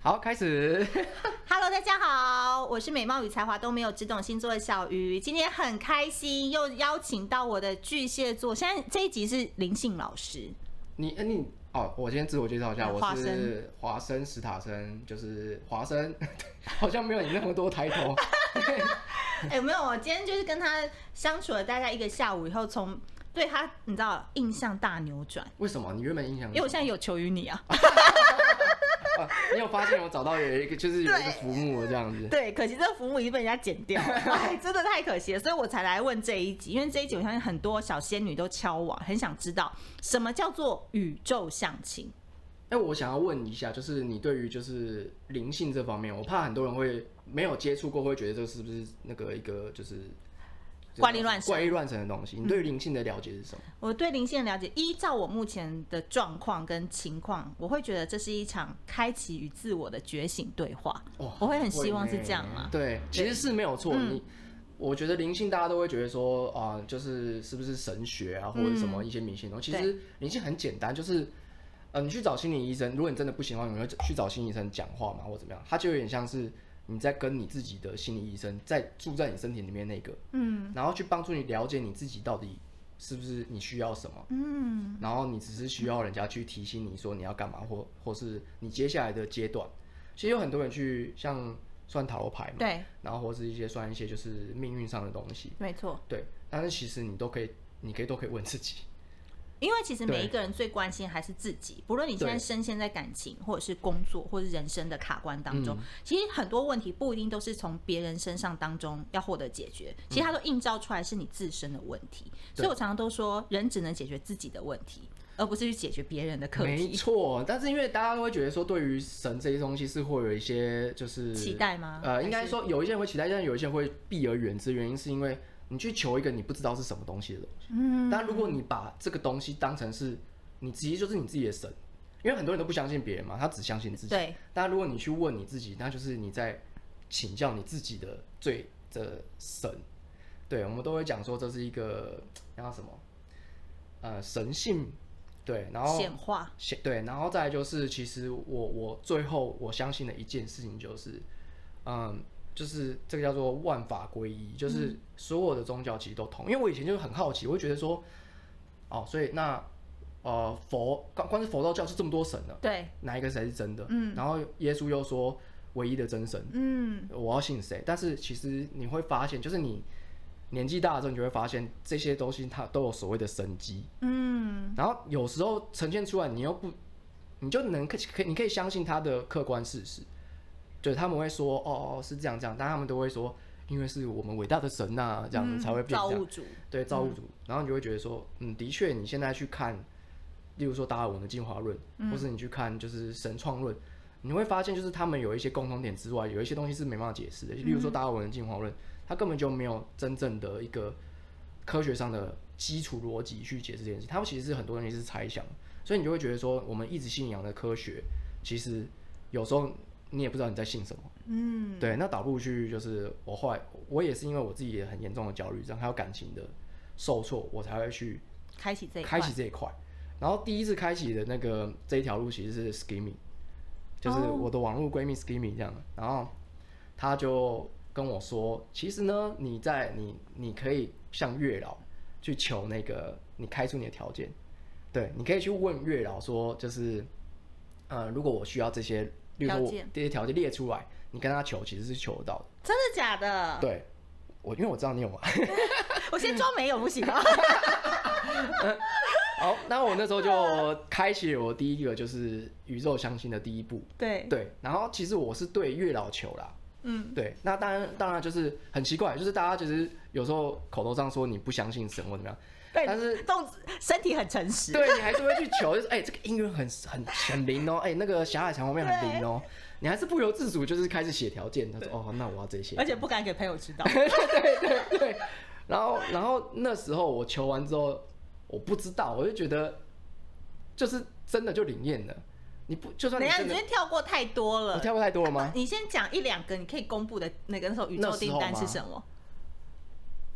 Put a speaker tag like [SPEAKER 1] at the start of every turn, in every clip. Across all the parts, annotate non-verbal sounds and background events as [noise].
[SPEAKER 1] 好，开始。 [laughs]
[SPEAKER 2] Hello，大家好，我是美貌与才华都没有，只懂星座的小鱼。今天很开心，又邀请到我的巨蟹座。现在这一集是林信老师，
[SPEAKER 1] 你，呃你，哦，我先自我介绍一下，
[SPEAKER 2] 华
[SPEAKER 1] 我
[SPEAKER 2] 生
[SPEAKER 1] 是华生史塔森，就是华生， [laughs] 好像没有你那么多抬
[SPEAKER 2] [laughs]
[SPEAKER 1] 头。
[SPEAKER 2] 哎、没有，我今天就是跟他相处了大概一个下午以后，从对他你知道印象大扭转，
[SPEAKER 1] 为什么？你原本印象是
[SPEAKER 2] 因为我现在有求于你啊。
[SPEAKER 1] 啊，你有发现我找到有
[SPEAKER 2] [laughs]
[SPEAKER 1] 一个，就是有一个浮木了这样子。
[SPEAKER 2] 对，可惜这个服务已经被人家剪掉了，哎，真的太可惜了，所以我才来问这一集，因为这一集我相信很多小仙女都敲网，很想知道什么叫做宇宙相亲。
[SPEAKER 1] 哎、我想要问一下，就是你对于就是灵性这方面，我怕很多人会没有接触过，会觉得这是不是那个一个就是
[SPEAKER 2] 怪力乱神
[SPEAKER 1] 怪力乱神的东西？你对于灵性的了解是什么？
[SPEAKER 2] 我对灵性的了解，依照我目前的状况跟情况，我会觉得这是一场开启与自我的觉醒对话。
[SPEAKER 1] 哇
[SPEAKER 2] 我会很希望是这样嗯啦。
[SPEAKER 1] 哦对，其实是没有错。你我觉得灵性大家都会觉得说啊、就是是不是神学啊，或者什么一些迷信的东西。
[SPEAKER 2] 对
[SPEAKER 1] 其实灵性很简单，就是呃，你去找心理医生，如果你真的不行的话，你会去找心理医生讲话嘛，或怎么样？他就有点像是你在跟你自己的心理医生在住在你身体里面那个，嗯，然后去帮助你了解你自己到底是不是你需要什么。
[SPEAKER 2] 嗯，
[SPEAKER 1] 然后你只是需要人家去提醒你说你要干嘛，或或是你接下来的阶段。其实有很多人去像算塔罗牌嘛，
[SPEAKER 2] 对，
[SPEAKER 1] 然后或是一些算一些就是命运上的东西，
[SPEAKER 2] 没错。
[SPEAKER 1] 对。但是其实你都可以，你可以都可以问自己，
[SPEAKER 2] 因为其实
[SPEAKER 1] 对
[SPEAKER 2] 每一个人最关心还是自己，不论你现在
[SPEAKER 1] 对
[SPEAKER 2] 深陷在感情或者是工作或者是人生的卡关当
[SPEAKER 1] 嗯
[SPEAKER 2] 中，其实很多问题不一定都是从别人身上当中要获得解决，
[SPEAKER 1] 嗯
[SPEAKER 2] 其实它都映照出来是你自身的问题。所以我常常都说，人只能解决自己的问题，而不是去解决别人的课
[SPEAKER 1] 没
[SPEAKER 2] 题。
[SPEAKER 1] 错。但是因为大家都会觉得说，对于神这些东西是会有一些就是
[SPEAKER 2] 期待吗啊还
[SPEAKER 1] 呃，
[SPEAKER 2] 是
[SPEAKER 1] 应该说有一些人会期待，但有一些人会避而远之，原因是因为你去求一个你不知道是什么东西的东西。嗯，但如果你把这个东西当成是你直接就是你自己的神，因为很多人都不相信别人嘛，他只相信自己。
[SPEAKER 2] 对，
[SPEAKER 1] 但如果你去问你自己，那就是你在请教你自己的最的神。对，我们都会讲说这是一个叫什么？呃，神性。对，然后
[SPEAKER 2] 显化。
[SPEAKER 1] 先对，然后再来就是，其实我我最后我相信的一件事情就是，嗯，就是这个叫做万法归一，就是所有的宗教其实都同。因为我以前就是很好奇，我会觉得说，哦，所以那呃佛光光是佛道教是这么多神的，
[SPEAKER 2] 对，
[SPEAKER 1] 哪一个才是真的？嗯，然后耶稣又说唯一的真神，
[SPEAKER 2] 嗯，
[SPEAKER 1] 我要信谁？但是其实你会发现，就是你年纪大了之后，你就会发现这些东西它都有所谓的神机，
[SPEAKER 2] 嗯，
[SPEAKER 1] 然后有时候呈现出来，你又不，你就能可可你可以相信他的客观事实，对他们会说哦哦是这样这样，但他们都会说，因为是我们伟大的神呐、这样、
[SPEAKER 2] 嗯
[SPEAKER 1] 才会变
[SPEAKER 2] 造
[SPEAKER 1] 这
[SPEAKER 2] 物
[SPEAKER 1] 样，
[SPEAKER 2] 主。
[SPEAKER 1] 对造物主，然后你就会觉得说，嗯，的确你现在去看，例如说达尔文的进化论，或是你去看就是神创论。你会发现，就是他们有一些共同点之外，有一些东西是没办法解释的。例如说达尔文的进化论，它根本就没有真正的一个科学上的基础逻辑去解释这件事，他们其实是很多东西是猜想，所以你就会觉得说，我们一直信仰的科学，其实有时候你也不知道你在信什么。
[SPEAKER 2] 嗯，
[SPEAKER 1] 对，那倒不如去就是我后来我也是因为我自己也很严重的焦虑症，还有感情的受挫，我才会去
[SPEAKER 2] 开启这一
[SPEAKER 1] 开
[SPEAKER 2] 块。
[SPEAKER 1] 启这一块。然后第一次开启的那个这一条路其实是 Skimmy，就是
[SPEAKER 2] 哦
[SPEAKER 1] 我的网络闺蜜 Skimmy 这样。然后她就跟我说，其实呢，你在你你可以向月老去求那个你开出你的条件，对，你可以去问月老说，就是呃，如果我需要这些，例如说
[SPEAKER 2] 条
[SPEAKER 1] 我
[SPEAKER 2] 件
[SPEAKER 1] 这些条件列出来，你跟他求其实是求得到的。
[SPEAKER 2] 真的假的？
[SPEAKER 1] 对，我因为我知道你有嘛，
[SPEAKER 2] 我先装没有不行吗？啊
[SPEAKER 1] 好，那我那时候就开启了我第一个就是宇宙相亲的第一步。
[SPEAKER 2] 对，
[SPEAKER 1] [laughs] 对，然后其实我是对月老求啦。
[SPEAKER 2] 嗯，
[SPEAKER 1] 对，那当然，当然就是很奇怪，就是大家其实有时候口头上说你不相信神或怎么样，
[SPEAKER 2] 对，
[SPEAKER 1] 但是
[SPEAKER 2] 动身体很诚实。
[SPEAKER 1] 对你还是会去求，就是哎、这个音乐很 [laughs] 很很灵哦，哎、那个霞海城隍庙很灵哦，你还是不由自主就是开始写条件，他说哦，那我要这些，
[SPEAKER 2] 而且不敢给朋友知道。
[SPEAKER 1] 对，然后然后那时候我求完之后，我不知道，我就觉得就是真的就灵验了，你不就算
[SPEAKER 2] 等
[SPEAKER 1] 你
[SPEAKER 2] 一下，
[SPEAKER 1] 真
[SPEAKER 2] 你
[SPEAKER 1] 的
[SPEAKER 2] 昨天跳过太
[SPEAKER 1] 我
[SPEAKER 2] 多了。
[SPEAKER 1] 跳过太多了吗？
[SPEAKER 2] 你先讲一两个你可以公布的那个那时候宇宙
[SPEAKER 1] 那时
[SPEAKER 2] 订
[SPEAKER 1] 候
[SPEAKER 2] 单
[SPEAKER 1] 吗
[SPEAKER 2] 是什么？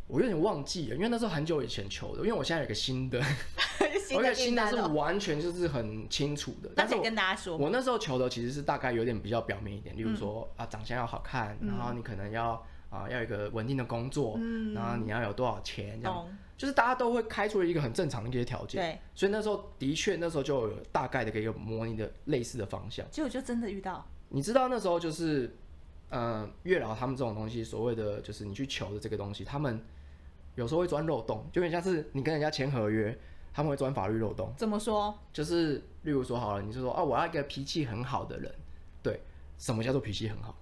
[SPEAKER 1] 我有点忘记了，因为那时候很久以前求的，因为我现在有个新的，
[SPEAKER 2] [laughs] 新
[SPEAKER 1] 我有
[SPEAKER 2] 的
[SPEAKER 1] 个新
[SPEAKER 2] 订
[SPEAKER 1] 的
[SPEAKER 2] 单
[SPEAKER 1] 是
[SPEAKER 2] 哦。
[SPEAKER 1] 完全就是很清楚的，
[SPEAKER 2] 那
[SPEAKER 1] 但是
[SPEAKER 2] 可以
[SPEAKER 1] 我
[SPEAKER 2] 跟大家说嗯吗，
[SPEAKER 1] 我那时候求的其实是大概有点比较表面一点，例如说、啊，长相要好看，然后你可能要啊、要有一个稳定的工作，
[SPEAKER 2] 嗯
[SPEAKER 1] 然后你要有多少钱这样，
[SPEAKER 2] 懂
[SPEAKER 1] 就是大家都会开出一个很正常的一些条件。
[SPEAKER 2] 对，
[SPEAKER 1] 所以那时候的确那时候就有大概的给一个模拟的类似的方向。
[SPEAKER 2] 结果就真的遇到，
[SPEAKER 1] 你知道那时候就是，呃，月老他们这种东西，所谓的就是你去求的这个东西，他们有时候会钻漏洞，就有点像是你跟人家签合约，他们会钻法律漏洞。
[SPEAKER 2] 怎么说？
[SPEAKER 1] 就是例如说好了，你就说啊，我要一个脾气很好的人，对，什么叫做脾气很好？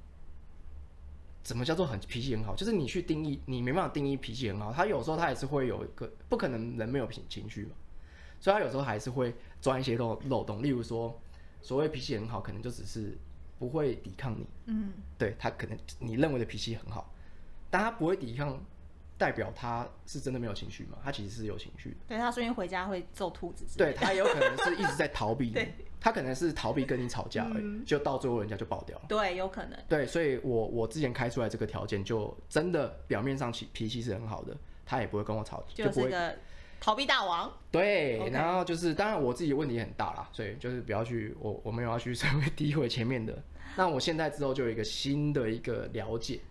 [SPEAKER 1] 怎么叫做很脾气很好？就是你去定义，你没办法定义脾气很好。他有时候他还是会有一个，不可能人没有情情绪嘛，所以他有时候还是会钻一些漏漏洞。例如说，所谓脾气很好，可能就只是不会抵抗你，
[SPEAKER 2] 嗯，
[SPEAKER 1] 对他可能你认为的脾气很好，但他不会抵抗，代表他是真的没有情绪嘛？他其实是有情绪的。
[SPEAKER 2] 对他说因为回家会揍兔子之
[SPEAKER 1] 对
[SPEAKER 2] 类
[SPEAKER 1] 他也有可能是一直在逃避你
[SPEAKER 2] [laughs] 对，嗯
[SPEAKER 1] 他可能是逃避跟你吵架而已，就到最后人家就爆掉了。
[SPEAKER 2] 的，对，有可能，
[SPEAKER 1] 对，所以我我之前开出来这个条件，就真的表面上脾脾气是很好的，他也不会跟我吵，
[SPEAKER 2] 就
[SPEAKER 1] 不
[SPEAKER 2] 是
[SPEAKER 1] 会
[SPEAKER 2] 个逃避大王，
[SPEAKER 1] 对。
[SPEAKER 2] OK
[SPEAKER 1] 然后就是，当然我自己问题也很大啦，所以就是不要去我我没有要去 [laughs] 稍微诋毁前面的。那我现在之后就有一个新的一个了解，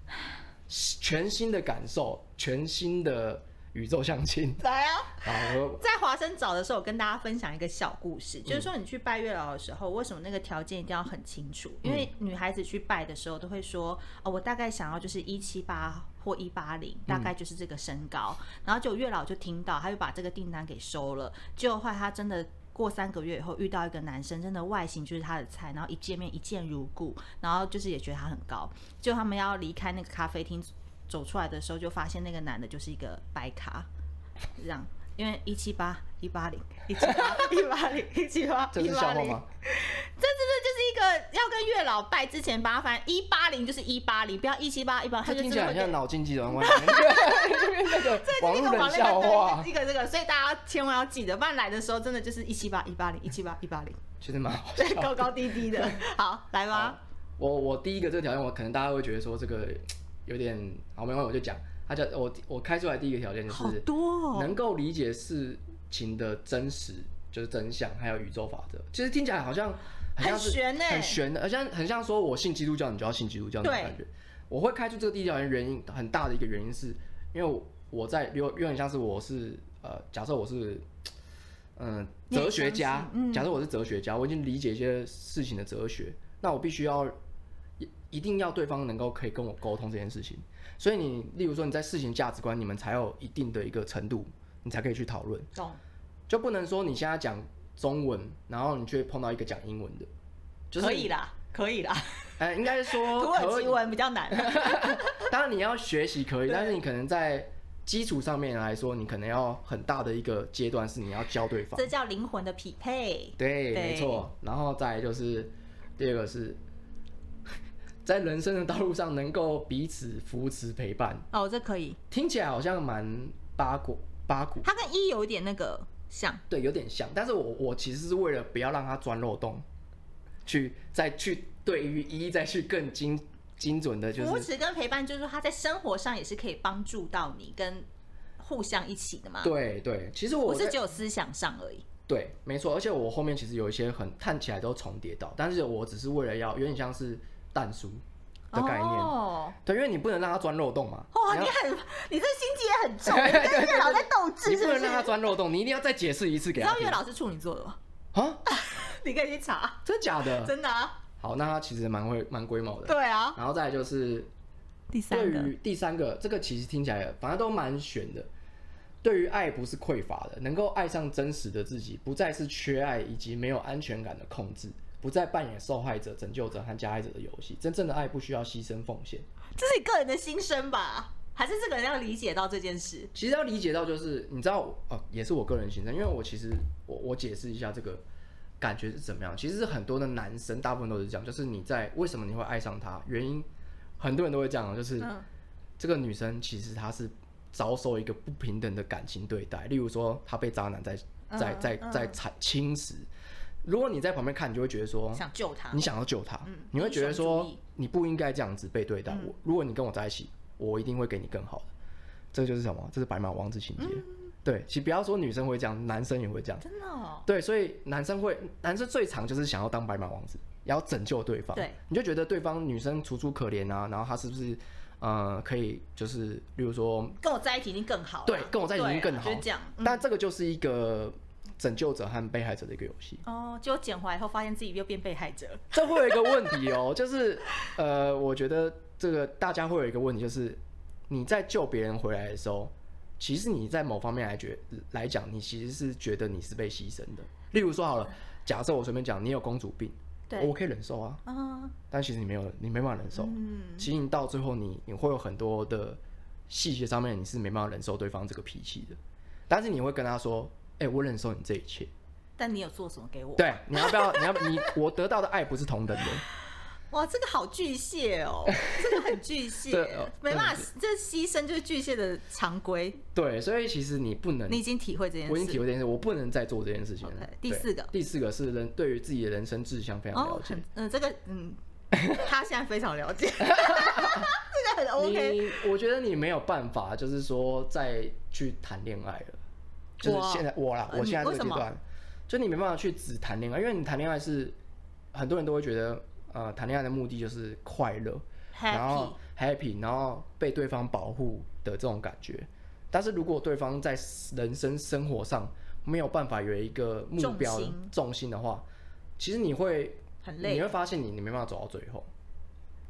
[SPEAKER 1] 全新的感受，全新的宇宙相亲
[SPEAKER 2] 来啊！
[SPEAKER 1] 啊！我
[SPEAKER 2] 在华生找的时候，我跟大家分享一个小故事，就是说你去拜月老的时候，为什么那个条件一定要很清楚？因为女孩子去拜的时候都会说，哦，我大概想要就是一七八或一八零，大
[SPEAKER 1] 嗯
[SPEAKER 2] 概就是这个身高。然后就月老就听到，他就把这个订单给收了。结果后来他真的。过三个月以后遇到一个男生，真的外形就是他的菜，然后一见面一见如故，然后就是也觉得他很高。就他们要离开那个咖啡厅走出来的时候，就发现那个男的就是一个白卡，这样，因为一七八、一八零、一七八、一八零、一七八、
[SPEAKER 1] 这
[SPEAKER 2] 一
[SPEAKER 1] 是笑
[SPEAKER 2] 八
[SPEAKER 1] 话
[SPEAKER 2] 零，
[SPEAKER 1] 吗？
[SPEAKER 2] 这真的就是一个要跟月老拜之前把它翻一八零就是一八零，不要一七八一八，
[SPEAKER 1] 这
[SPEAKER 2] 他啊就
[SPEAKER 1] 听
[SPEAKER 2] 真
[SPEAKER 1] 起来
[SPEAKER 2] 的会
[SPEAKER 1] 很像
[SPEAKER 2] 给
[SPEAKER 1] 脑筋急转弯，那个网络
[SPEAKER 2] [laughs]
[SPEAKER 1] 冷笑话，
[SPEAKER 2] 一个这个，所以大家千万要记得，不然来的时候真的就是一七八一八零一七八一八零，
[SPEAKER 1] 其实蛮好
[SPEAKER 2] 对，
[SPEAKER 1] 笑。
[SPEAKER 2] [laughs] 高高低低
[SPEAKER 1] [laughs]
[SPEAKER 2] 的。好，来吧，
[SPEAKER 1] 我我第一个这个条件，我可能大家会觉得说这个有点好，没关系，我就讲。他叫我我开出来第一个条件就
[SPEAKER 2] 好
[SPEAKER 1] 是
[SPEAKER 2] 多哦，
[SPEAKER 1] 能够理解事情的真实，就是真相，还有宇宙法则。其实听起来好像很像是
[SPEAKER 2] 很玄欸
[SPEAKER 1] 很玄的，而像很像说我信基督教，你就要信基督教那种
[SPEAKER 2] 对
[SPEAKER 1] 感觉。我会开出这个第一条件原因很大的一个原因是，因为我我在有有点像是我是呃，假设我是嗯、
[SPEAKER 2] 你也
[SPEAKER 1] 哲学家
[SPEAKER 2] 相，信嗯
[SPEAKER 1] 假设我是哲学家，我已经理解一些事情的哲学，那我必须要一一定要对方能够可以跟我沟通这件事情。所以你，例如说你在事情价值观，你们才有一定的一个程度，你才可以去讨论，
[SPEAKER 2] 懂？
[SPEAKER 1] 就不能说你现在讲中文，然后你却碰到一个讲英文的，就是
[SPEAKER 2] 可以啦，可以啦，
[SPEAKER 1] 呃，应该说
[SPEAKER 2] [laughs] 土耳
[SPEAKER 1] 可以
[SPEAKER 2] 其文比较难。
[SPEAKER 1] 当然你要学习可以，
[SPEAKER 2] 对
[SPEAKER 1] 但是你可能在基础上面来说，你可能要很大的一个阶段是你要教对方
[SPEAKER 2] 这。叫灵魂的匹配。
[SPEAKER 1] 对，
[SPEAKER 2] 对
[SPEAKER 1] 没错。然后再来就是第二个是在人生的道路上能够彼此扶持陪伴，
[SPEAKER 2] 哦，这可以，
[SPEAKER 1] 听起来好像蛮八股八股，
[SPEAKER 2] 它跟一有一点那个像，
[SPEAKER 1] 对，有点像。但是我我其实是为了不要让它钻漏洞，去再去对于一再去更精精准的，就
[SPEAKER 2] 扶
[SPEAKER 1] 是
[SPEAKER 2] 持跟陪伴，就是说他在生活上也是可以帮助到你，跟互相一起的嘛。，
[SPEAKER 1] 对对。其实我
[SPEAKER 2] 不
[SPEAKER 1] 在
[SPEAKER 2] 是只有思想上而已。
[SPEAKER 1] 对，没错，而且我后面其实有一些很看起来都重叠到，但是我只是为了要有点像是蛋书的概念，
[SPEAKER 2] 哦，
[SPEAKER 1] 对，因为你不能让它钻漏洞嘛，
[SPEAKER 2] 哇，
[SPEAKER 1] 你要
[SPEAKER 2] 你很，你这心机也很重，
[SPEAKER 1] [laughs]
[SPEAKER 2] 你跟月老在斗
[SPEAKER 1] 你
[SPEAKER 2] 智，
[SPEAKER 1] 不
[SPEAKER 2] 是不
[SPEAKER 1] 能
[SPEAKER 2] 是？
[SPEAKER 1] 让它
[SPEAKER 2] 你
[SPEAKER 1] 钻漏洞，你一定要再解释一次给
[SPEAKER 2] 知
[SPEAKER 1] 他
[SPEAKER 2] 道
[SPEAKER 1] 听
[SPEAKER 2] 月老是处女座的吗？ [laughs]
[SPEAKER 1] 啊，
[SPEAKER 2] 你可以去查，
[SPEAKER 1] 真假的？
[SPEAKER 2] [laughs] 真的啊。
[SPEAKER 1] 好，那他其实蛮会蛮龟毛的。
[SPEAKER 2] 对啊，
[SPEAKER 1] 然后再来就是嗯对
[SPEAKER 2] 第三个，
[SPEAKER 1] 于第三个，这个其实听起来反正都蛮悬的。对于爱不是匮乏的，能够爱上真实的自己，不再是缺爱以及没有安全感的控制，不再扮演受害者、拯救者和加害者的游戏。真正的爱不需要牺牲奉献。
[SPEAKER 2] 这是你个人的心声吧？还是这个人要理解到这件事？
[SPEAKER 1] 其实要理解到，就是你知道，哦，也是我个人形成，因为我其实我我解释一下这个感觉是怎么样。其实很多的男生大部分都是这样，就是你在为什么你会爱上她，原因很多人都会这样，就是啊
[SPEAKER 2] 嗯，
[SPEAKER 1] 这个女生其实她是遭受一个不平等的感情对待，例如说她被渣男在在
[SPEAKER 2] 嗯
[SPEAKER 1] 在
[SPEAKER 2] 嗯
[SPEAKER 1] 在踩侵蚀。如果你在旁边看，你就会觉得说，
[SPEAKER 2] 想救他
[SPEAKER 1] 你，想要救她，
[SPEAKER 2] 嗯
[SPEAKER 1] 你会觉得说
[SPEAKER 2] 英雄主义嗯
[SPEAKER 1] 你不应该这样子被对待。我如果你跟我在一起，我一定会给你更好的。这就是什么？这是白马王子情节。
[SPEAKER 2] 嗯
[SPEAKER 1] 对，其实不要说女生会这样，男生也会这样。
[SPEAKER 2] 真的哦，
[SPEAKER 1] 对，所以男生会，男生最常就是想要当白马王子，也要拯救对方。
[SPEAKER 2] 对，
[SPEAKER 1] 你就觉得对方女生楚楚可怜啊，然后她是不是呃可以就是，例如说，
[SPEAKER 2] 跟我在一起已经更好了，
[SPEAKER 1] 对，跟我在一起已经更好，
[SPEAKER 2] 对啊就是这样。嗯
[SPEAKER 1] 但这个就是一个拯救者和被害者的一个游戏。
[SPEAKER 2] 哦，结果捡回来以后，发现自己又变被害者。
[SPEAKER 1] 这会有一个问题哦， [laughs] 就是呃，我觉得这个大家会有一个问题，就是你在救别人回来的时候，其实你在某方面来觉来讲，你其实是觉得你是被牺牲的。例如说好了，假设我随便讲，你有公主病，
[SPEAKER 2] 对
[SPEAKER 1] 我，可以忍受啊，
[SPEAKER 2] 啊，
[SPEAKER 1] 但其实你没有，你没办法忍受。
[SPEAKER 2] 嗯，
[SPEAKER 1] 其实你到最后你，你会有很多的细节上面，你是没办法忍受对方这个脾气的。但是你会跟他说：“哎、我忍受你这一切。
[SPEAKER 2] 但你有做什么给”我？
[SPEAKER 1] 对，你要不要？你要你我得到的爱不是同等的。
[SPEAKER 2] 哇，这个好巨
[SPEAKER 1] [laughs]
[SPEAKER 2] 蟹哦，这个很巨蟹
[SPEAKER 1] 对哦，
[SPEAKER 2] 没办法，这牺牲就是巨蟹的常规。
[SPEAKER 1] 对，所以其实你不能，
[SPEAKER 2] 你已经体会这件事，
[SPEAKER 1] 嗯我已经体会这件事，我不能再做这件事情了。
[SPEAKER 2] OK，
[SPEAKER 1] 对
[SPEAKER 2] 第四个
[SPEAKER 1] 第四个是人对于自己的人生志向非常
[SPEAKER 2] 哦
[SPEAKER 1] 了，解。
[SPEAKER 2] 很嗯，这个
[SPEAKER 1] [laughs]
[SPEAKER 2] 嗯，他现在非常了解，这个很 OK。
[SPEAKER 1] 你我觉得你没有办法，就是说再去谈恋爱了，就是
[SPEAKER 2] 我
[SPEAKER 1] 现在我啦，
[SPEAKER 2] 呃
[SPEAKER 1] 我
[SPEAKER 2] 你
[SPEAKER 1] 现在这
[SPEAKER 2] 为
[SPEAKER 1] 个
[SPEAKER 2] 什
[SPEAKER 1] 阶
[SPEAKER 2] 么
[SPEAKER 1] 段，就你没办法去只谈恋爱，因为你谈恋爱是很多人都会觉得，呃，谈恋爱的目的就是快乐然
[SPEAKER 2] Happy，
[SPEAKER 1] 后 happy，然后被对方保护的这种感觉。但是如果对方在人生生活上没有办法有一个目
[SPEAKER 2] 重
[SPEAKER 1] 标
[SPEAKER 2] 心
[SPEAKER 1] 重心的话，其实你会
[SPEAKER 2] 很
[SPEAKER 1] 你
[SPEAKER 2] 累
[SPEAKER 1] 会，发现你你没办法走到最后。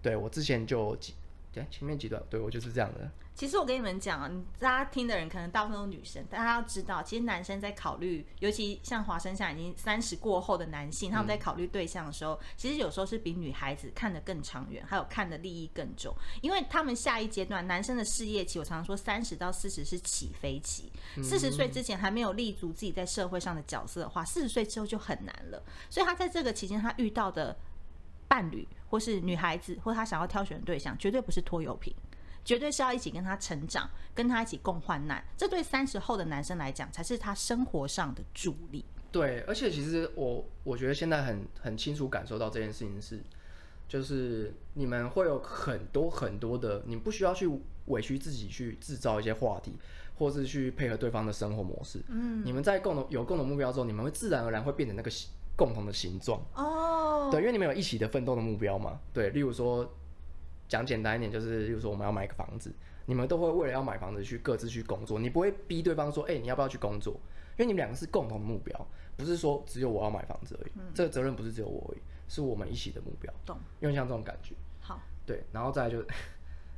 [SPEAKER 1] 对我之前就几，对前面几段，对我就是这样的。
[SPEAKER 2] 其实我跟你们讲啊，你大家听的人可能大部分都是女生，但大家要知道，其实男生在考虑，尤其像华生现在已经三十过后的男性，他们在考虑对象的时候，其实有时候是比女孩子看得更长远，还有看的利益更重，因为他们下一阶段男生的事业期，我常常说三十到四十是起飞期，四十岁之前还没有立足自己在社会上的角色的话，四十岁之后就很难了，所以他在这个期间他遇到的伴侣或是女孩子，或他想要挑选的对象，绝对不是拖油瓶。绝对是要一起跟他成长，跟他一起共患难。这对三十后的男生来讲，才是他生活上的助力。
[SPEAKER 1] 对，而且其实我我觉得现在很很清楚感受到这件事情是，就是你们会有很多很多的，你不需要去委屈自己去制造一些话题，或是去配合对方的生活模式。嗯，你们在共同有共同目标之后，你们会自然而然会变成那个形共同的形状。
[SPEAKER 2] 哦，
[SPEAKER 1] 对，因为你们有一起的奋斗的目标嘛。对，例如说，讲简单一点，就是例如说我们要买个房子，你们都会为了要买房子去各自去工作，你不会逼对方说，哎、你要不要去工作？因为你们两个是共同的目标，不是说只有我要买房子而已，这个责任不是只有我而已，是我们一起的目标。
[SPEAKER 2] 嗯懂。
[SPEAKER 1] 因为像这种感觉，
[SPEAKER 2] 好，
[SPEAKER 1] 对，然后再来就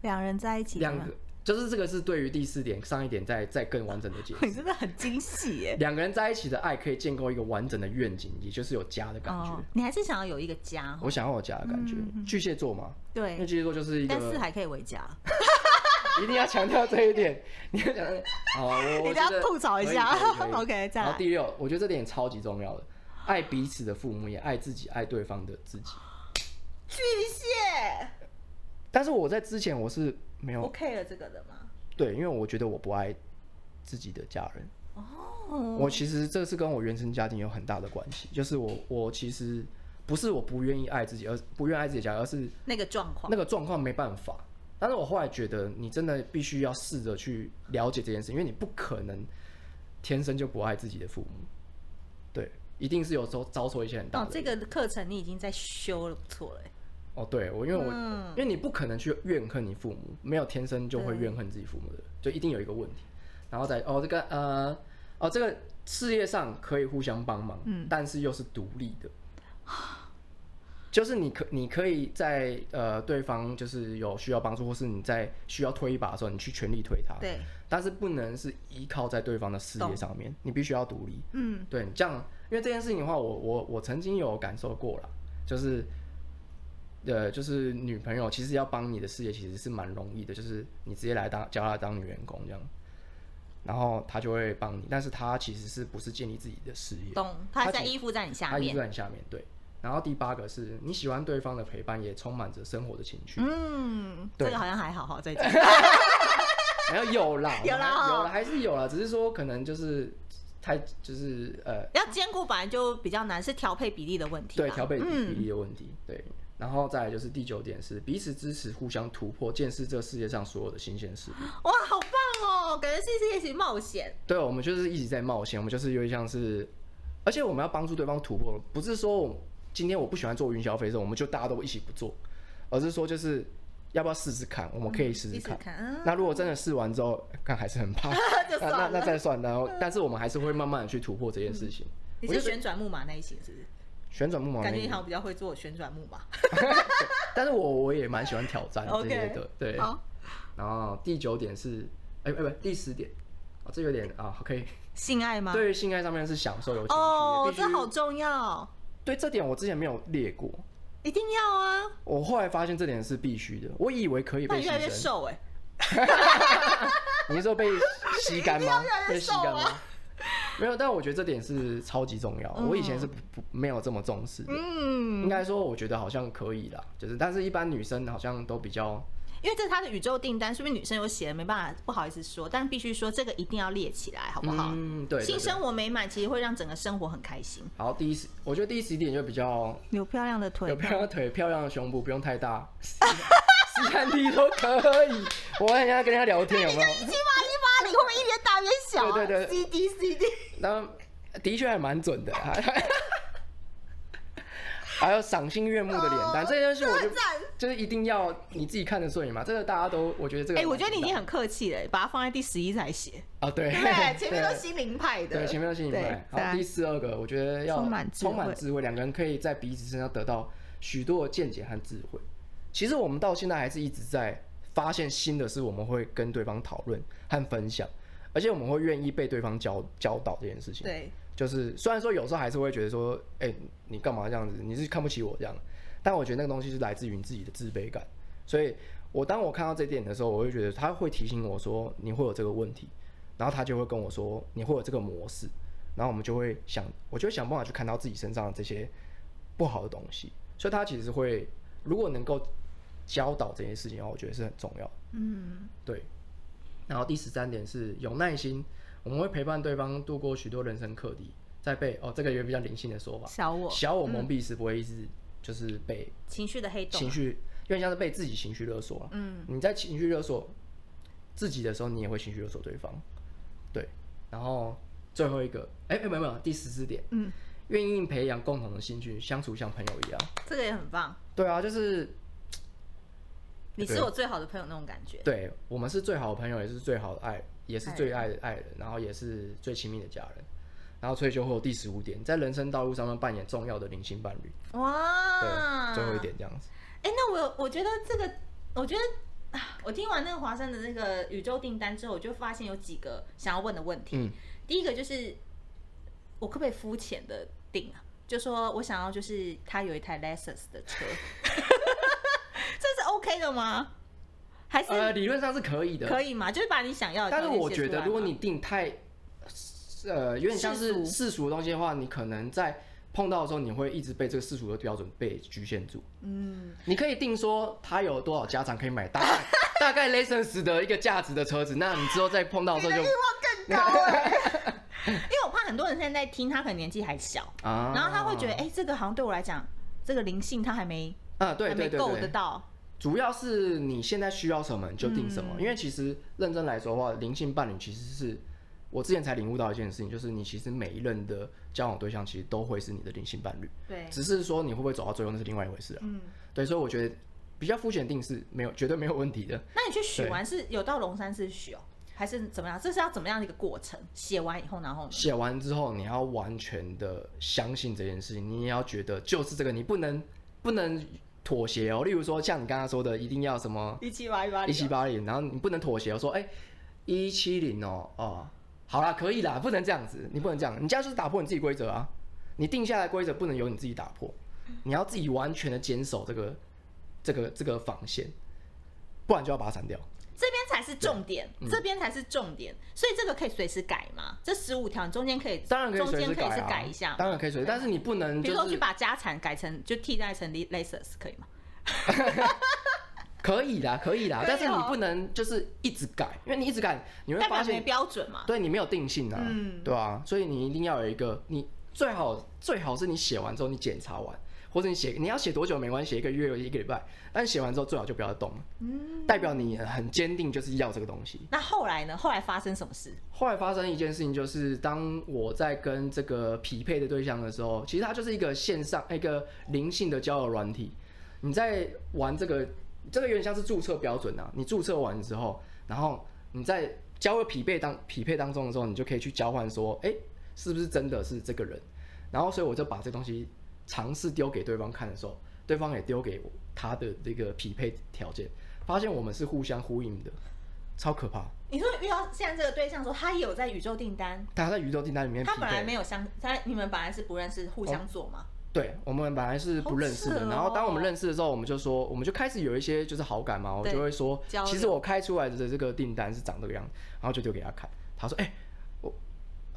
[SPEAKER 2] 两人在一起
[SPEAKER 1] 两个，就是这个是对于第四点上一点再再更完整的解释。
[SPEAKER 2] [laughs] 哦你真的很精细耶。
[SPEAKER 1] 两个人在一起的爱可以建构一个完整的愿景，也就是有家的感觉。
[SPEAKER 2] 哦，嗯你还是想要有一个家哦，
[SPEAKER 1] 我想要有家的感觉。巨蟹座嘛，因为
[SPEAKER 2] 对，
[SPEAKER 1] 巨蟹座就是一个
[SPEAKER 2] 但四还可以为家。
[SPEAKER 1] 一定要强调这一点。你要讲，好，我
[SPEAKER 2] [laughs] 你
[SPEAKER 1] 我
[SPEAKER 2] 等
[SPEAKER 1] 觉
[SPEAKER 2] 下
[SPEAKER 1] 得
[SPEAKER 2] 吐槽一下
[SPEAKER 1] 可以可以可以
[SPEAKER 2] [laughs] OK，再
[SPEAKER 1] 然后
[SPEAKER 2] 来。
[SPEAKER 1] 第六，我觉得这点超级重要的，爱彼此的父母，也爱自己，爱对方的自己。
[SPEAKER 2] 巨蟹，
[SPEAKER 1] 但是我在之前我是没有
[SPEAKER 2] 我 care 了这个的吗？
[SPEAKER 1] 对，因为我觉得我不爱自己的家人。
[SPEAKER 2] 哦，
[SPEAKER 1] 我其实这是跟我原生家庭有很大的关系，就是我我其实不是我不愿意爱自己，而不愿意爱自己的家人，而是
[SPEAKER 2] 那个状况
[SPEAKER 1] 那个状况没办法。但是我后来觉得，你真的必须要试着去了解这件事，因为你不可能天生就不爱自己的父母，对，一定是有时候遭受一些很大
[SPEAKER 2] 哦，
[SPEAKER 1] 的
[SPEAKER 2] 这个课程你已经在修了，不错了耶。
[SPEAKER 1] 哦，对我，因为我、
[SPEAKER 2] 嗯
[SPEAKER 1] 因为你不可能去怨恨你父母，没有天生就会怨恨自己父母的，就一定有一个问题。然后再哦，这个呃，哦，这个事业上可以互相帮忙，嗯，但是又是独立的，就是你可你可以在呃对方就是有需要帮助，或是你在需要推一把的时候，你去全力推他，
[SPEAKER 2] 对，
[SPEAKER 1] 但是不能是依靠在对方的事业
[SPEAKER 2] 懂
[SPEAKER 1] 上面，你必须要独立，
[SPEAKER 2] 嗯，
[SPEAKER 1] 对，这样，因为这件事情的话，我我我曾经有感受过啦，就是，呃，就是女朋友其实要帮你的事业其实是蛮容易的，就是你直接来当叫她当女员工这样，然后她就会帮你，但是她其实是不是建立自己的事业，
[SPEAKER 2] 懂。他还
[SPEAKER 1] 他
[SPEAKER 2] 在
[SPEAKER 1] 其
[SPEAKER 2] 依附在你下
[SPEAKER 1] 她依
[SPEAKER 2] 面。
[SPEAKER 1] 在你下面对。然后第八个是你喜欢对方的陪伴，也充满着生活的情
[SPEAKER 2] [laughs]
[SPEAKER 1] 趣。
[SPEAKER 2] 嗯，这
[SPEAKER 1] 对
[SPEAKER 2] 个好像还好哈，再见。
[SPEAKER 1] 然后哎有啦，
[SPEAKER 2] 有啦
[SPEAKER 1] 还
[SPEAKER 2] 哦
[SPEAKER 1] 有啦，还是有啦，只是说可能就是太就是呃
[SPEAKER 2] 要兼顾本来就比较难，是调配比例的问题啦。
[SPEAKER 1] 对调配比
[SPEAKER 2] 嗯，
[SPEAKER 1] 例的问题，对。然后再来就是第九点是彼此支持，互相突破，见识这世界上所有的新鲜事物。
[SPEAKER 2] 哇，好棒哦，感觉是是一起冒险。
[SPEAKER 1] 对，哦我们就是一直在冒险，我们就是有点像是，而且我们要帮助对方突破，不是说我今天我不喜欢做云霄飞车，我们就大家都一起不做，而是说就是要不要试试看，我们可以试试
[SPEAKER 2] 试试
[SPEAKER 1] 看。
[SPEAKER 2] 看，嗯
[SPEAKER 1] 那如果真的试完之后，看还是很怕，
[SPEAKER 2] [laughs]
[SPEAKER 1] 那
[SPEAKER 2] 就算
[SPEAKER 1] 那
[SPEAKER 2] 了。嗯
[SPEAKER 1] 那再算，然后但是我们还是会慢慢的去突破这件事情。
[SPEAKER 2] 你
[SPEAKER 1] 我
[SPEAKER 2] 是
[SPEAKER 1] 觉得
[SPEAKER 2] 旋转木马那一型是不是？
[SPEAKER 1] 旋转木马
[SPEAKER 2] 感觉
[SPEAKER 1] 那
[SPEAKER 2] 你
[SPEAKER 1] 个
[SPEAKER 2] 好像比较会做旋转木马。
[SPEAKER 1] 但是我我也蛮喜欢挑战这
[SPEAKER 2] OK
[SPEAKER 1] 些的，对。
[SPEAKER 2] 好，
[SPEAKER 1] 然后第九点是，哎、哎不，第十点，啊、这有点啊，可以。
[SPEAKER 2] 性爱吗？
[SPEAKER 1] 对于性爱上面是享受有情趣，
[SPEAKER 2] 哦
[SPEAKER 1] 必，须
[SPEAKER 2] 这好重要，
[SPEAKER 1] 对这点我之前没有列过，
[SPEAKER 2] 一定要啊！
[SPEAKER 1] 我后来发现这点是必须的，我以为可以
[SPEAKER 2] 那
[SPEAKER 1] 被
[SPEAKER 2] 你
[SPEAKER 1] 牺
[SPEAKER 2] 越来越
[SPEAKER 1] 牲。
[SPEAKER 2] 瘦哎、
[SPEAKER 1] 你是说
[SPEAKER 2] [laughs]
[SPEAKER 1] 被吸干吗
[SPEAKER 2] 越来？越
[SPEAKER 1] 被吸
[SPEAKER 2] 瘦
[SPEAKER 1] 干
[SPEAKER 2] 啊
[SPEAKER 1] 吗？没有，但我觉得这点是超级重要，我以前
[SPEAKER 2] 嗯
[SPEAKER 1] 是不不没有这么重视的。
[SPEAKER 2] 嗯，
[SPEAKER 1] 应该说，我觉得好像可以啦，就是，但是一般女生好像都比较，
[SPEAKER 2] 因为这是他的宇宙订单，是不是女生有写没办法不好意思说，但必须说这个一定要列起来，好不好？
[SPEAKER 1] 嗯，对。对
[SPEAKER 2] 新
[SPEAKER 1] 对
[SPEAKER 2] 生活美满其实会让整个生活很开心，
[SPEAKER 1] 好，第一十，我觉得第十点就比较
[SPEAKER 2] 有漂亮的
[SPEAKER 1] 有
[SPEAKER 2] 腿，
[SPEAKER 1] 漂亮的腿、漂亮的胸部，不用太大， [laughs] 十三 D 都可以。我很想跟人家聊天，有没有？
[SPEAKER 2] 一八一八零会不会一边大边小、啊？
[SPEAKER 1] 对对对
[SPEAKER 2] ，C D C D，
[SPEAKER 1] 然后的确还蛮准的， [laughs] 还有赏心悦目的脸蛋，这件事我就
[SPEAKER 2] 哦赞
[SPEAKER 1] 就是一定要你自己看得顺眼嘛。这个大家都，我觉得这个蛮简
[SPEAKER 2] 哎、
[SPEAKER 1] 单，
[SPEAKER 2] 我觉得你已经很客气了，把它放在第十一才写，
[SPEAKER 1] 啊， [laughs] 对，
[SPEAKER 2] 对不对？前面都
[SPEAKER 1] 对
[SPEAKER 2] 心灵派的，
[SPEAKER 1] 对，前面都是你们。
[SPEAKER 2] 对啊
[SPEAKER 1] 好，第四二个，我觉得要
[SPEAKER 2] 充满智慧
[SPEAKER 1] 充满智慧，两个人可以在彼此身上得到许多的见解和智慧。其实我们到现在还是一直在发现新的事，我们会跟对方讨论和分享，而且我们会愿意被对方教教导这件事情。
[SPEAKER 2] 对，
[SPEAKER 1] 就是虽然说有时候还是会觉得说，哎、你干嘛这样子？你是看不起我这样？但我觉得那个东西是来自于你自己的自卑感。所以我当我看到这点的时候，我会觉得他会提醒我说你会有这个问题，然后他就会跟我说你会有这个模式，然后我们就会想，我就会想办法去看到自己身上的这些不好的东西。所以他其实会，如果能够教导这些事情的话，我觉得是很重要的。
[SPEAKER 2] 嗯，
[SPEAKER 1] 对。然后第十三点是有耐心，我们会陪伴对方度过许多人生课题，在被哦这个也比较灵性的说法，
[SPEAKER 2] 小我嗯
[SPEAKER 1] 小我蒙蔽是不会一直就是被
[SPEAKER 2] 情绪的黑洞
[SPEAKER 1] 情，绪，有点像是被自己情绪勒索了。
[SPEAKER 2] 啊
[SPEAKER 1] 啊
[SPEAKER 2] 嗯，
[SPEAKER 1] 你在情绪勒索自己的时候，你也会情绪勒索对方。对，然后最后一个，哎、哎没有没有，第十四点，
[SPEAKER 2] 嗯，
[SPEAKER 1] 愿意培养共同的兴趣，相处像朋友一样。
[SPEAKER 2] 这个也很棒，
[SPEAKER 1] 对啊，就是
[SPEAKER 2] 你是我最好的朋友那种感觉，
[SPEAKER 1] 对我们是最好的朋友，也是最好的爱，也是
[SPEAKER 2] 爱
[SPEAKER 1] 最爱的爱人，然后也是最亲密的家人。然后所以就会有第十五点，在人生道路上面扮演重要的灵性伴侣。
[SPEAKER 2] 哇，
[SPEAKER 1] 对，
[SPEAKER 2] 啊
[SPEAKER 1] 最后一点这样子。
[SPEAKER 2] 哎、那我有我觉得这个，我觉得啊我听完那个华生的那个宇宙订单之后，我就发现有几个想要问的问题。
[SPEAKER 1] 嗯
[SPEAKER 2] 第一个就是，我可不可以肤浅的定啊？就说我想要就是他有一台 Lexus 的车， [laughs] 这是 OK 的吗？还是
[SPEAKER 1] 呃，理论上是可以的，
[SPEAKER 2] 可以吗？就是把你想要的
[SPEAKER 1] 但
[SPEAKER 2] 条
[SPEAKER 1] 是
[SPEAKER 2] 件写出来吗，
[SPEAKER 1] 我觉得如果你定太，呃，有点像
[SPEAKER 2] 世俗
[SPEAKER 1] 是世俗的东西的话，你可能在碰到的时候，你会一直被这个世俗的标准被局限住。
[SPEAKER 2] 嗯，
[SPEAKER 1] 你可以定说他有多少家长可以买大概大概 license 的一个价值的车子，那你之后再碰到的时候
[SPEAKER 2] [laughs]
[SPEAKER 1] 就
[SPEAKER 2] 更高、欸，因为我怕很多人现在在听，他可能年纪还小，
[SPEAKER 1] 啊，
[SPEAKER 2] 然后他会觉得，哎、这个好像对我来讲，这个灵性他还没
[SPEAKER 1] 啊，对
[SPEAKER 2] 还
[SPEAKER 1] 对
[SPEAKER 2] 没
[SPEAKER 1] 对
[SPEAKER 2] 够
[SPEAKER 1] 对
[SPEAKER 2] 得，到。
[SPEAKER 1] 主要是你现在需要什么你就定什么，
[SPEAKER 2] 嗯
[SPEAKER 1] 因为其实认真来说的话，灵性伴侣其实是我之前才领悟到一件事情，就是你其实每一任的交往对象其实都会是你的灵性伴侣，
[SPEAKER 2] 对，
[SPEAKER 1] 只是说你会不会走到最后那是另外一回事啊。
[SPEAKER 2] 嗯，
[SPEAKER 1] 对，所以我觉得比较肤浅定是没有绝对没有问题的。
[SPEAKER 2] 那你去许
[SPEAKER 1] 对
[SPEAKER 2] 完是有到龙山寺许哦，还是怎么样？这是要怎么样的一个过程？写完以后，然后呢？
[SPEAKER 1] 写完之后，你要完全的相信这件事情，你也要觉得就是这个，你不能不能妥协哦。例如说像你刚刚说的，一定要什么
[SPEAKER 2] 一七八一八哦
[SPEAKER 1] 一七八零，然后你不能妥协，我说哎一七零哦哦，好啦，可以啦，不能这样子，你不能这样，你这样就是打破你自己规则啊，你定下来规则不能由你自己打破，你要自己完全的坚守这个这个这个防线，不然就要把它删掉。
[SPEAKER 2] 这边才是重点，
[SPEAKER 1] 嗯
[SPEAKER 2] 这边才是重点，所以这个可以随时改嘛？这十五条你中间可以，
[SPEAKER 1] 当然可以
[SPEAKER 2] 中
[SPEAKER 1] 随
[SPEAKER 2] 间
[SPEAKER 1] 时
[SPEAKER 2] 可
[SPEAKER 1] 改
[SPEAKER 2] 以是
[SPEAKER 1] 啊，
[SPEAKER 2] 改一下嘛，啊
[SPEAKER 1] 当然可以随时，但是你不能
[SPEAKER 2] 比如
[SPEAKER 1] 就
[SPEAKER 2] 说去
[SPEAKER 1] 是
[SPEAKER 2] 把家产改成就替代成 laces 可以吗？
[SPEAKER 1] 可以啦，可以啦
[SPEAKER 2] 可以，
[SPEAKER 1] 但是你
[SPEAKER 2] 哦
[SPEAKER 1] 不能就是一直改，因为你一直改，你会
[SPEAKER 2] 代
[SPEAKER 1] 发
[SPEAKER 2] 表
[SPEAKER 1] 现
[SPEAKER 2] 没标准嘛？
[SPEAKER 1] 对你没有定性啊，
[SPEAKER 2] 嗯
[SPEAKER 1] 对啊，所以你一定要有一个，你最好最好是你写完之后你检查完，或者你写你要写多久没关系，一个月一个礼拜，但写完之后最好就不要动了，
[SPEAKER 2] 嗯
[SPEAKER 1] 代表你很坚定就是要这个东西。
[SPEAKER 2] 那后来呢？后来发生什么事？
[SPEAKER 1] 后来发生一件事情，就是当我在跟这个匹配的对象的时候，其实它就是一个线上一个灵性的交友软体。你在玩这个，这个有点像是注册标准啊。你注册完之后，然后你在交友匹配当匹配当中的时候，你就可以去交换说，哎、是不是真的是这个人？然后所以我就把这东西尝试丢给对方看的时候，对方也丢给我他的这个匹配条件，发现我们是互相呼应的，超可怕。
[SPEAKER 2] 你说遇到现在这个对象说他也有在宇宙订单，
[SPEAKER 1] 他在宇宙订单里面匹
[SPEAKER 2] 他本来
[SPEAKER 1] 配
[SPEAKER 2] 没，有相，他你们本来是不认识，互
[SPEAKER 1] 哦
[SPEAKER 2] 相做嘛。
[SPEAKER 1] 对我们本来是不认识
[SPEAKER 2] 好
[SPEAKER 1] 的，
[SPEAKER 2] 扯哦
[SPEAKER 1] 然后当我们认识的时候，我们就说，我们就开始有一些就是好感嘛，我
[SPEAKER 2] 对
[SPEAKER 1] 就会说
[SPEAKER 2] 交，流
[SPEAKER 1] 其实我开出来的这个订单是长这个样子，然后就丢给他看，他说，哎、我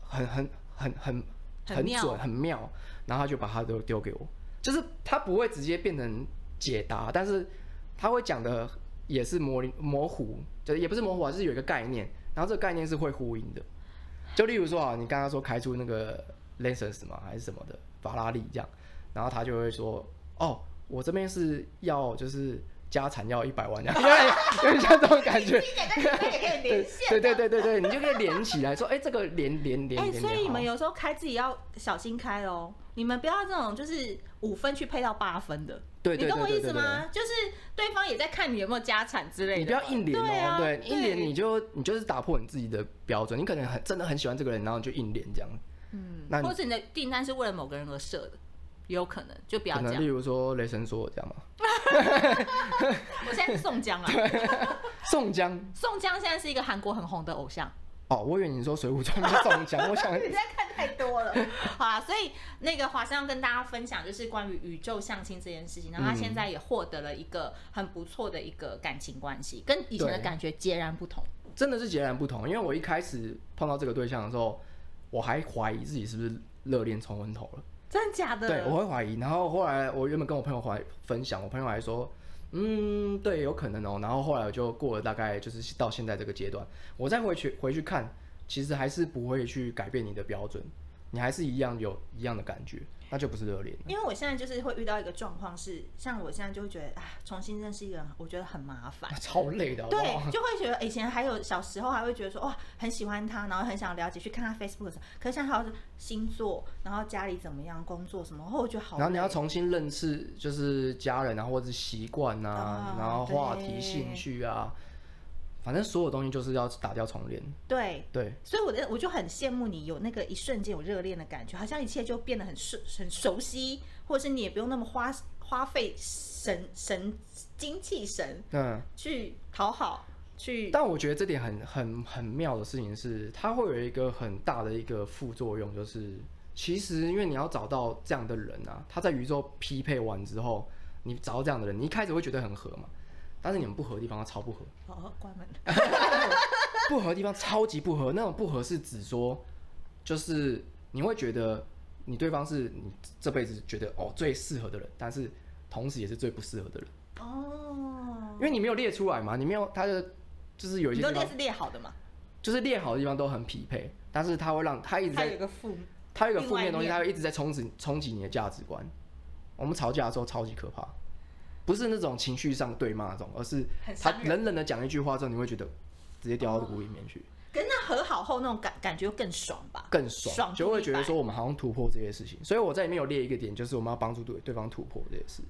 [SPEAKER 1] 很很很很
[SPEAKER 2] 很
[SPEAKER 1] 很
[SPEAKER 2] 妙
[SPEAKER 1] 准很妙，然后他就把他都丢给我，就是他不会直接变成解答，但是他会讲的也是模棱模糊，就是也不是模糊啊，就是有一个概念，然后这个概念是会呼应的，就例如说啊，你刚刚说开出那个 Lexus 嘛，还是什么的法拉利这样，然后他就会说，哦，我这边是要就是家产要一百万这样，有 [laughs] 点有点像这种感觉，
[SPEAKER 2] 一点跟你们也可以连线。
[SPEAKER 1] 对对对对对，你就可以连起来说，哎、这个连连连
[SPEAKER 2] 哎、
[SPEAKER 1] 连连好。
[SPEAKER 2] 所以你们有时候开自己要小心开哦，你们不要这种就是五分去配到八分的，
[SPEAKER 1] 对对
[SPEAKER 2] 你懂我
[SPEAKER 1] 对
[SPEAKER 2] 意
[SPEAKER 1] 对
[SPEAKER 2] 思
[SPEAKER 1] 对
[SPEAKER 2] 吗？就是对方也在看你有没有家产之类的，
[SPEAKER 1] 你不要硬连
[SPEAKER 2] 对
[SPEAKER 1] 哦，
[SPEAKER 2] 啊、
[SPEAKER 1] 对，硬连你就你就是打破你自己的标准，你可能很真的很喜欢这个人，然后你就硬连这样。嗯，那你
[SPEAKER 2] 或者你的订单是为了某个人而设的，有可能就不要
[SPEAKER 1] 可
[SPEAKER 2] 这
[SPEAKER 1] 能例
[SPEAKER 2] 样。
[SPEAKER 1] 如说雷神说这样嘛，
[SPEAKER 2] 我现在是
[SPEAKER 1] [laughs]
[SPEAKER 2] 宋江啊，
[SPEAKER 1] 宋江
[SPEAKER 2] 宋江现在是一个韩国很红的偶像。
[SPEAKER 1] 哦，我以为你说《水浒传》是宋江，我
[SPEAKER 2] [laughs]
[SPEAKER 1] 想
[SPEAKER 2] 你在看太多了，好啦，所以那个华生要跟大家分享就是关于宇宙相亲这件事情，然后他
[SPEAKER 1] 嗯
[SPEAKER 2] 现在也获得了一个很不错的一个感情关系，跟以前的
[SPEAKER 1] 对
[SPEAKER 2] 感觉截然不同。
[SPEAKER 1] 真的是截然不同，因为我一开始碰到这个对象的时候，我还怀疑自己是不是热恋冲昏头了。
[SPEAKER 2] 真的假的？
[SPEAKER 1] 对，我会怀疑。然后后来我原本跟我朋友怀分享，我朋友还说，嗯，对，有可能哦。然后后来我就过了大概就是到现在这个阶段，我再回去回去看，其实还是不会去改变你的标准，你还是一样有一样的感觉，那就不是热恋。
[SPEAKER 2] 因为我现在就是会遇到一个状况是，像我现在就会觉得啊，重新认识一个人，我觉得很麻烦。
[SPEAKER 1] 超累的，好不好？
[SPEAKER 2] 对，就会觉得以前还有小时候还会觉得说哇很喜欢他，然后很想了解去看他 Facebook 什么，可是现在还有星座，然后家里怎么样，工作什么，后我觉得好累。
[SPEAKER 1] 然后你要重新认识，就是家人啊，或者是习惯啊
[SPEAKER 2] 啊，
[SPEAKER 1] 然后话
[SPEAKER 2] 对
[SPEAKER 1] 题、兴趣啊，反正所有东西就是要打掉重练。
[SPEAKER 2] 对，
[SPEAKER 1] 对，
[SPEAKER 2] 所以我的我就很羡慕你有那个一瞬间有热恋的感觉，好像一切就变得很熟很熟悉，或者是你也不用那么花花费神神精气神
[SPEAKER 1] 嗯，
[SPEAKER 2] 去讨好去。
[SPEAKER 1] 但我觉得这点很很很妙的事情是，它会有一个很大的一个副作用，就是其实因为你要找到这样的人啊，他在宇宙匹配完之后，你找到这样的人，你一开始会觉得很合嘛，但是你们不合的地方它超不合，
[SPEAKER 2] 哦，关门了。
[SPEAKER 1] 不合的地方超级不合，那种不合是指说，就是你会觉得哦你对方是你这辈子觉得哦最适合的人，但是同时也是最不适合的人，
[SPEAKER 2] 哦，
[SPEAKER 1] 因为你没有列出来嘛，你没有他的就是有一
[SPEAKER 2] 你
[SPEAKER 1] 些
[SPEAKER 2] 都
[SPEAKER 1] 地方
[SPEAKER 2] 列是列好的嘛？
[SPEAKER 1] 就是列好的地方都很匹配，但是它会让它一直
[SPEAKER 2] 它有一
[SPEAKER 1] 在，
[SPEAKER 2] 个负，
[SPEAKER 1] 它有一个负面的东西，
[SPEAKER 2] 另外
[SPEAKER 1] 它
[SPEAKER 2] 一
[SPEAKER 1] 会一直在冲击冲击你的价值观。我们吵架的时候超级可怕，不是那种情绪上对骂那种，而是
[SPEAKER 2] 很
[SPEAKER 1] 他
[SPEAKER 2] 伤人
[SPEAKER 1] 冷冷的讲一句话之后，你会觉得直接掉到谷里面去，
[SPEAKER 2] 可是那和好后那种感感觉更爽吧？
[SPEAKER 1] 更
[SPEAKER 2] 爽
[SPEAKER 1] 爽，
[SPEAKER 2] 度
[SPEAKER 1] 就会觉得
[SPEAKER 2] 100
[SPEAKER 1] 说我们好像突破这些事情。所以我在里面有列一个点，就是我们要帮助对对方突破这些事。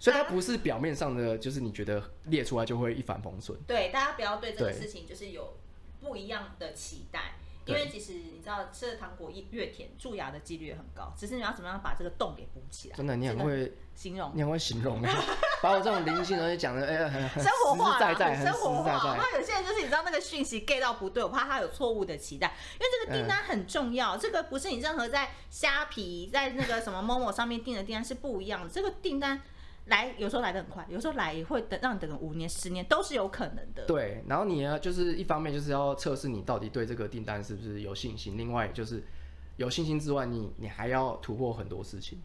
[SPEAKER 1] 所以它不是表面上的，就是你觉得列出来就会一帆风顺。
[SPEAKER 2] 对，大家不要对这个
[SPEAKER 1] 对
[SPEAKER 2] 事情就是有不一样的期待，因
[SPEAKER 1] 对
[SPEAKER 2] 为其实你知道吃了糖果越甜，蛀牙的几率也很高，只是你要怎么样把这个洞给补起来。
[SPEAKER 1] 真的，你很
[SPEAKER 2] 这个
[SPEAKER 1] 会
[SPEAKER 2] 形容
[SPEAKER 1] 你很会形容欸， [laughs] 把我这种灵性的东西讲的，哎、很很
[SPEAKER 2] 生活化
[SPEAKER 1] 实在
[SPEAKER 2] 啦，
[SPEAKER 1] 在，
[SPEAKER 2] 很
[SPEAKER 1] 很
[SPEAKER 2] 生
[SPEAKER 1] 实
[SPEAKER 2] 活
[SPEAKER 1] 在
[SPEAKER 2] 化。
[SPEAKER 1] 在。
[SPEAKER 2] 他有些人就是你知道那个讯息 get 到不对，我怕他有错误的期待，因为这个订
[SPEAKER 1] 嗯
[SPEAKER 2] 单很重要，这个不是你任何在虾皮、在那个什么某某上面订的订单是不一样的，这个订单。来，有时候来的很快，有时候来也会等，让你等个五年、十年都是有可能的。
[SPEAKER 1] 对，然后你要就是一方面就是要测试你到底对这个订单是不是有信心，另外就是有信心之外，你你还要突破很多事情。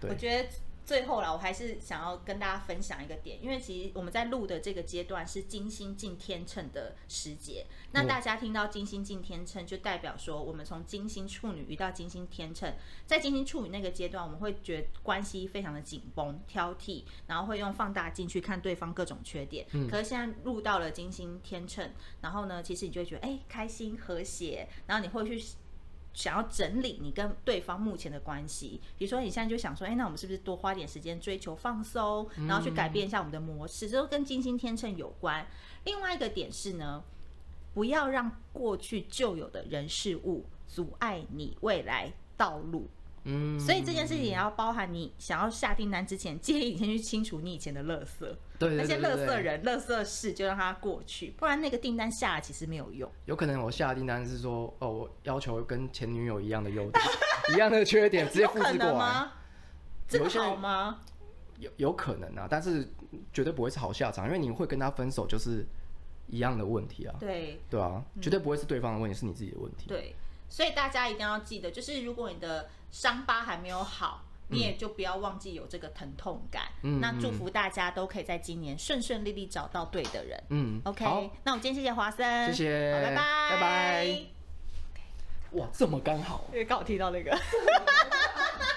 [SPEAKER 1] 对
[SPEAKER 2] 我觉得最后啦，我还是想要跟大家分享一个点，因为其实我们在录的这个阶段是金星进天秤的时节，那大家听到金星进天秤，就代表说我们从金星处女遇到金星天秤，在金星处女那个阶段，我们会觉得关系非常的紧绷、挑剔，然后会用放大镜去看对方各种缺点。可是现在入到了金星天秤，然后呢，其实你就会觉得哎、开心、和谐，然后你会去想要整理你跟对方目前的关系，比如说你现在就想说，哎、那我们是不是多花点时间追求放松，
[SPEAKER 1] 嗯
[SPEAKER 2] 然后去改变一下我们的模式，这都跟金星天秤有关。另外一个点是呢，不要让过去旧有的人事物阻碍你未来道路。
[SPEAKER 1] 嗯，
[SPEAKER 2] 所以这件事情也要包含你想要下订单之前，建议你先去清除你以前的垃圾，
[SPEAKER 1] 对对
[SPEAKER 2] 那
[SPEAKER 1] 对
[SPEAKER 2] 些
[SPEAKER 1] 对
[SPEAKER 2] 垃圾
[SPEAKER 1] 对
[SPEAKER 2] 人、垃圾事就让它过去，不然那个订单下了其实没有用。
[SPEAKER 1] 有可能我下的订单是说，哦，我要求跟前女友一样的优点， [laughs] 一样的缺点，直接
[SPEAKER 2] 有
[SPEAKER 1] 复
[SPEAKER 2] 可
[SPEAKER 1] 制过
[SPEAKER 2] 能
[SPEAKER 1] 来，
[SPEAKER 2] 吗？这
[SPEAKER 1] 有
[SPEAKER 2] 个
[SPEAKER 1] 一些人
[SPEAKER 2] 好吗？
[SPEAKER 1] 有有可能啊，但是绝对不会是好下场，因为你会跟他分手就是一样的问题啊，
[SPEAKER 2] 对
[SPEAKER 1] 对啊，绝对不会是对方的问题，是你自己的问题。
[SPEAKER 2] 嗯对，所以大家一定要记得，就是如果你的伤疤还没有好。你也就不要忘记有这个疼痛感。
[SPEAKER 1] 嗯
[SPEAKER 2] 那祝福大家都可以在今年顺顺利利找到对的人。
[SPEAKER 1] 嗯
[SPEAKER 2] OK，
[SPEAKER 1] 好，
[SPEAKER 2] 那我们今天谢谢华森，
[SPEAKER 1] 谢谢
[SPEAKER 2] 好，拜拜，
[SPEAKER 1] 拜拜哇，这么刚好。啊
[SPEAKER 2] 因为刚好听到那个。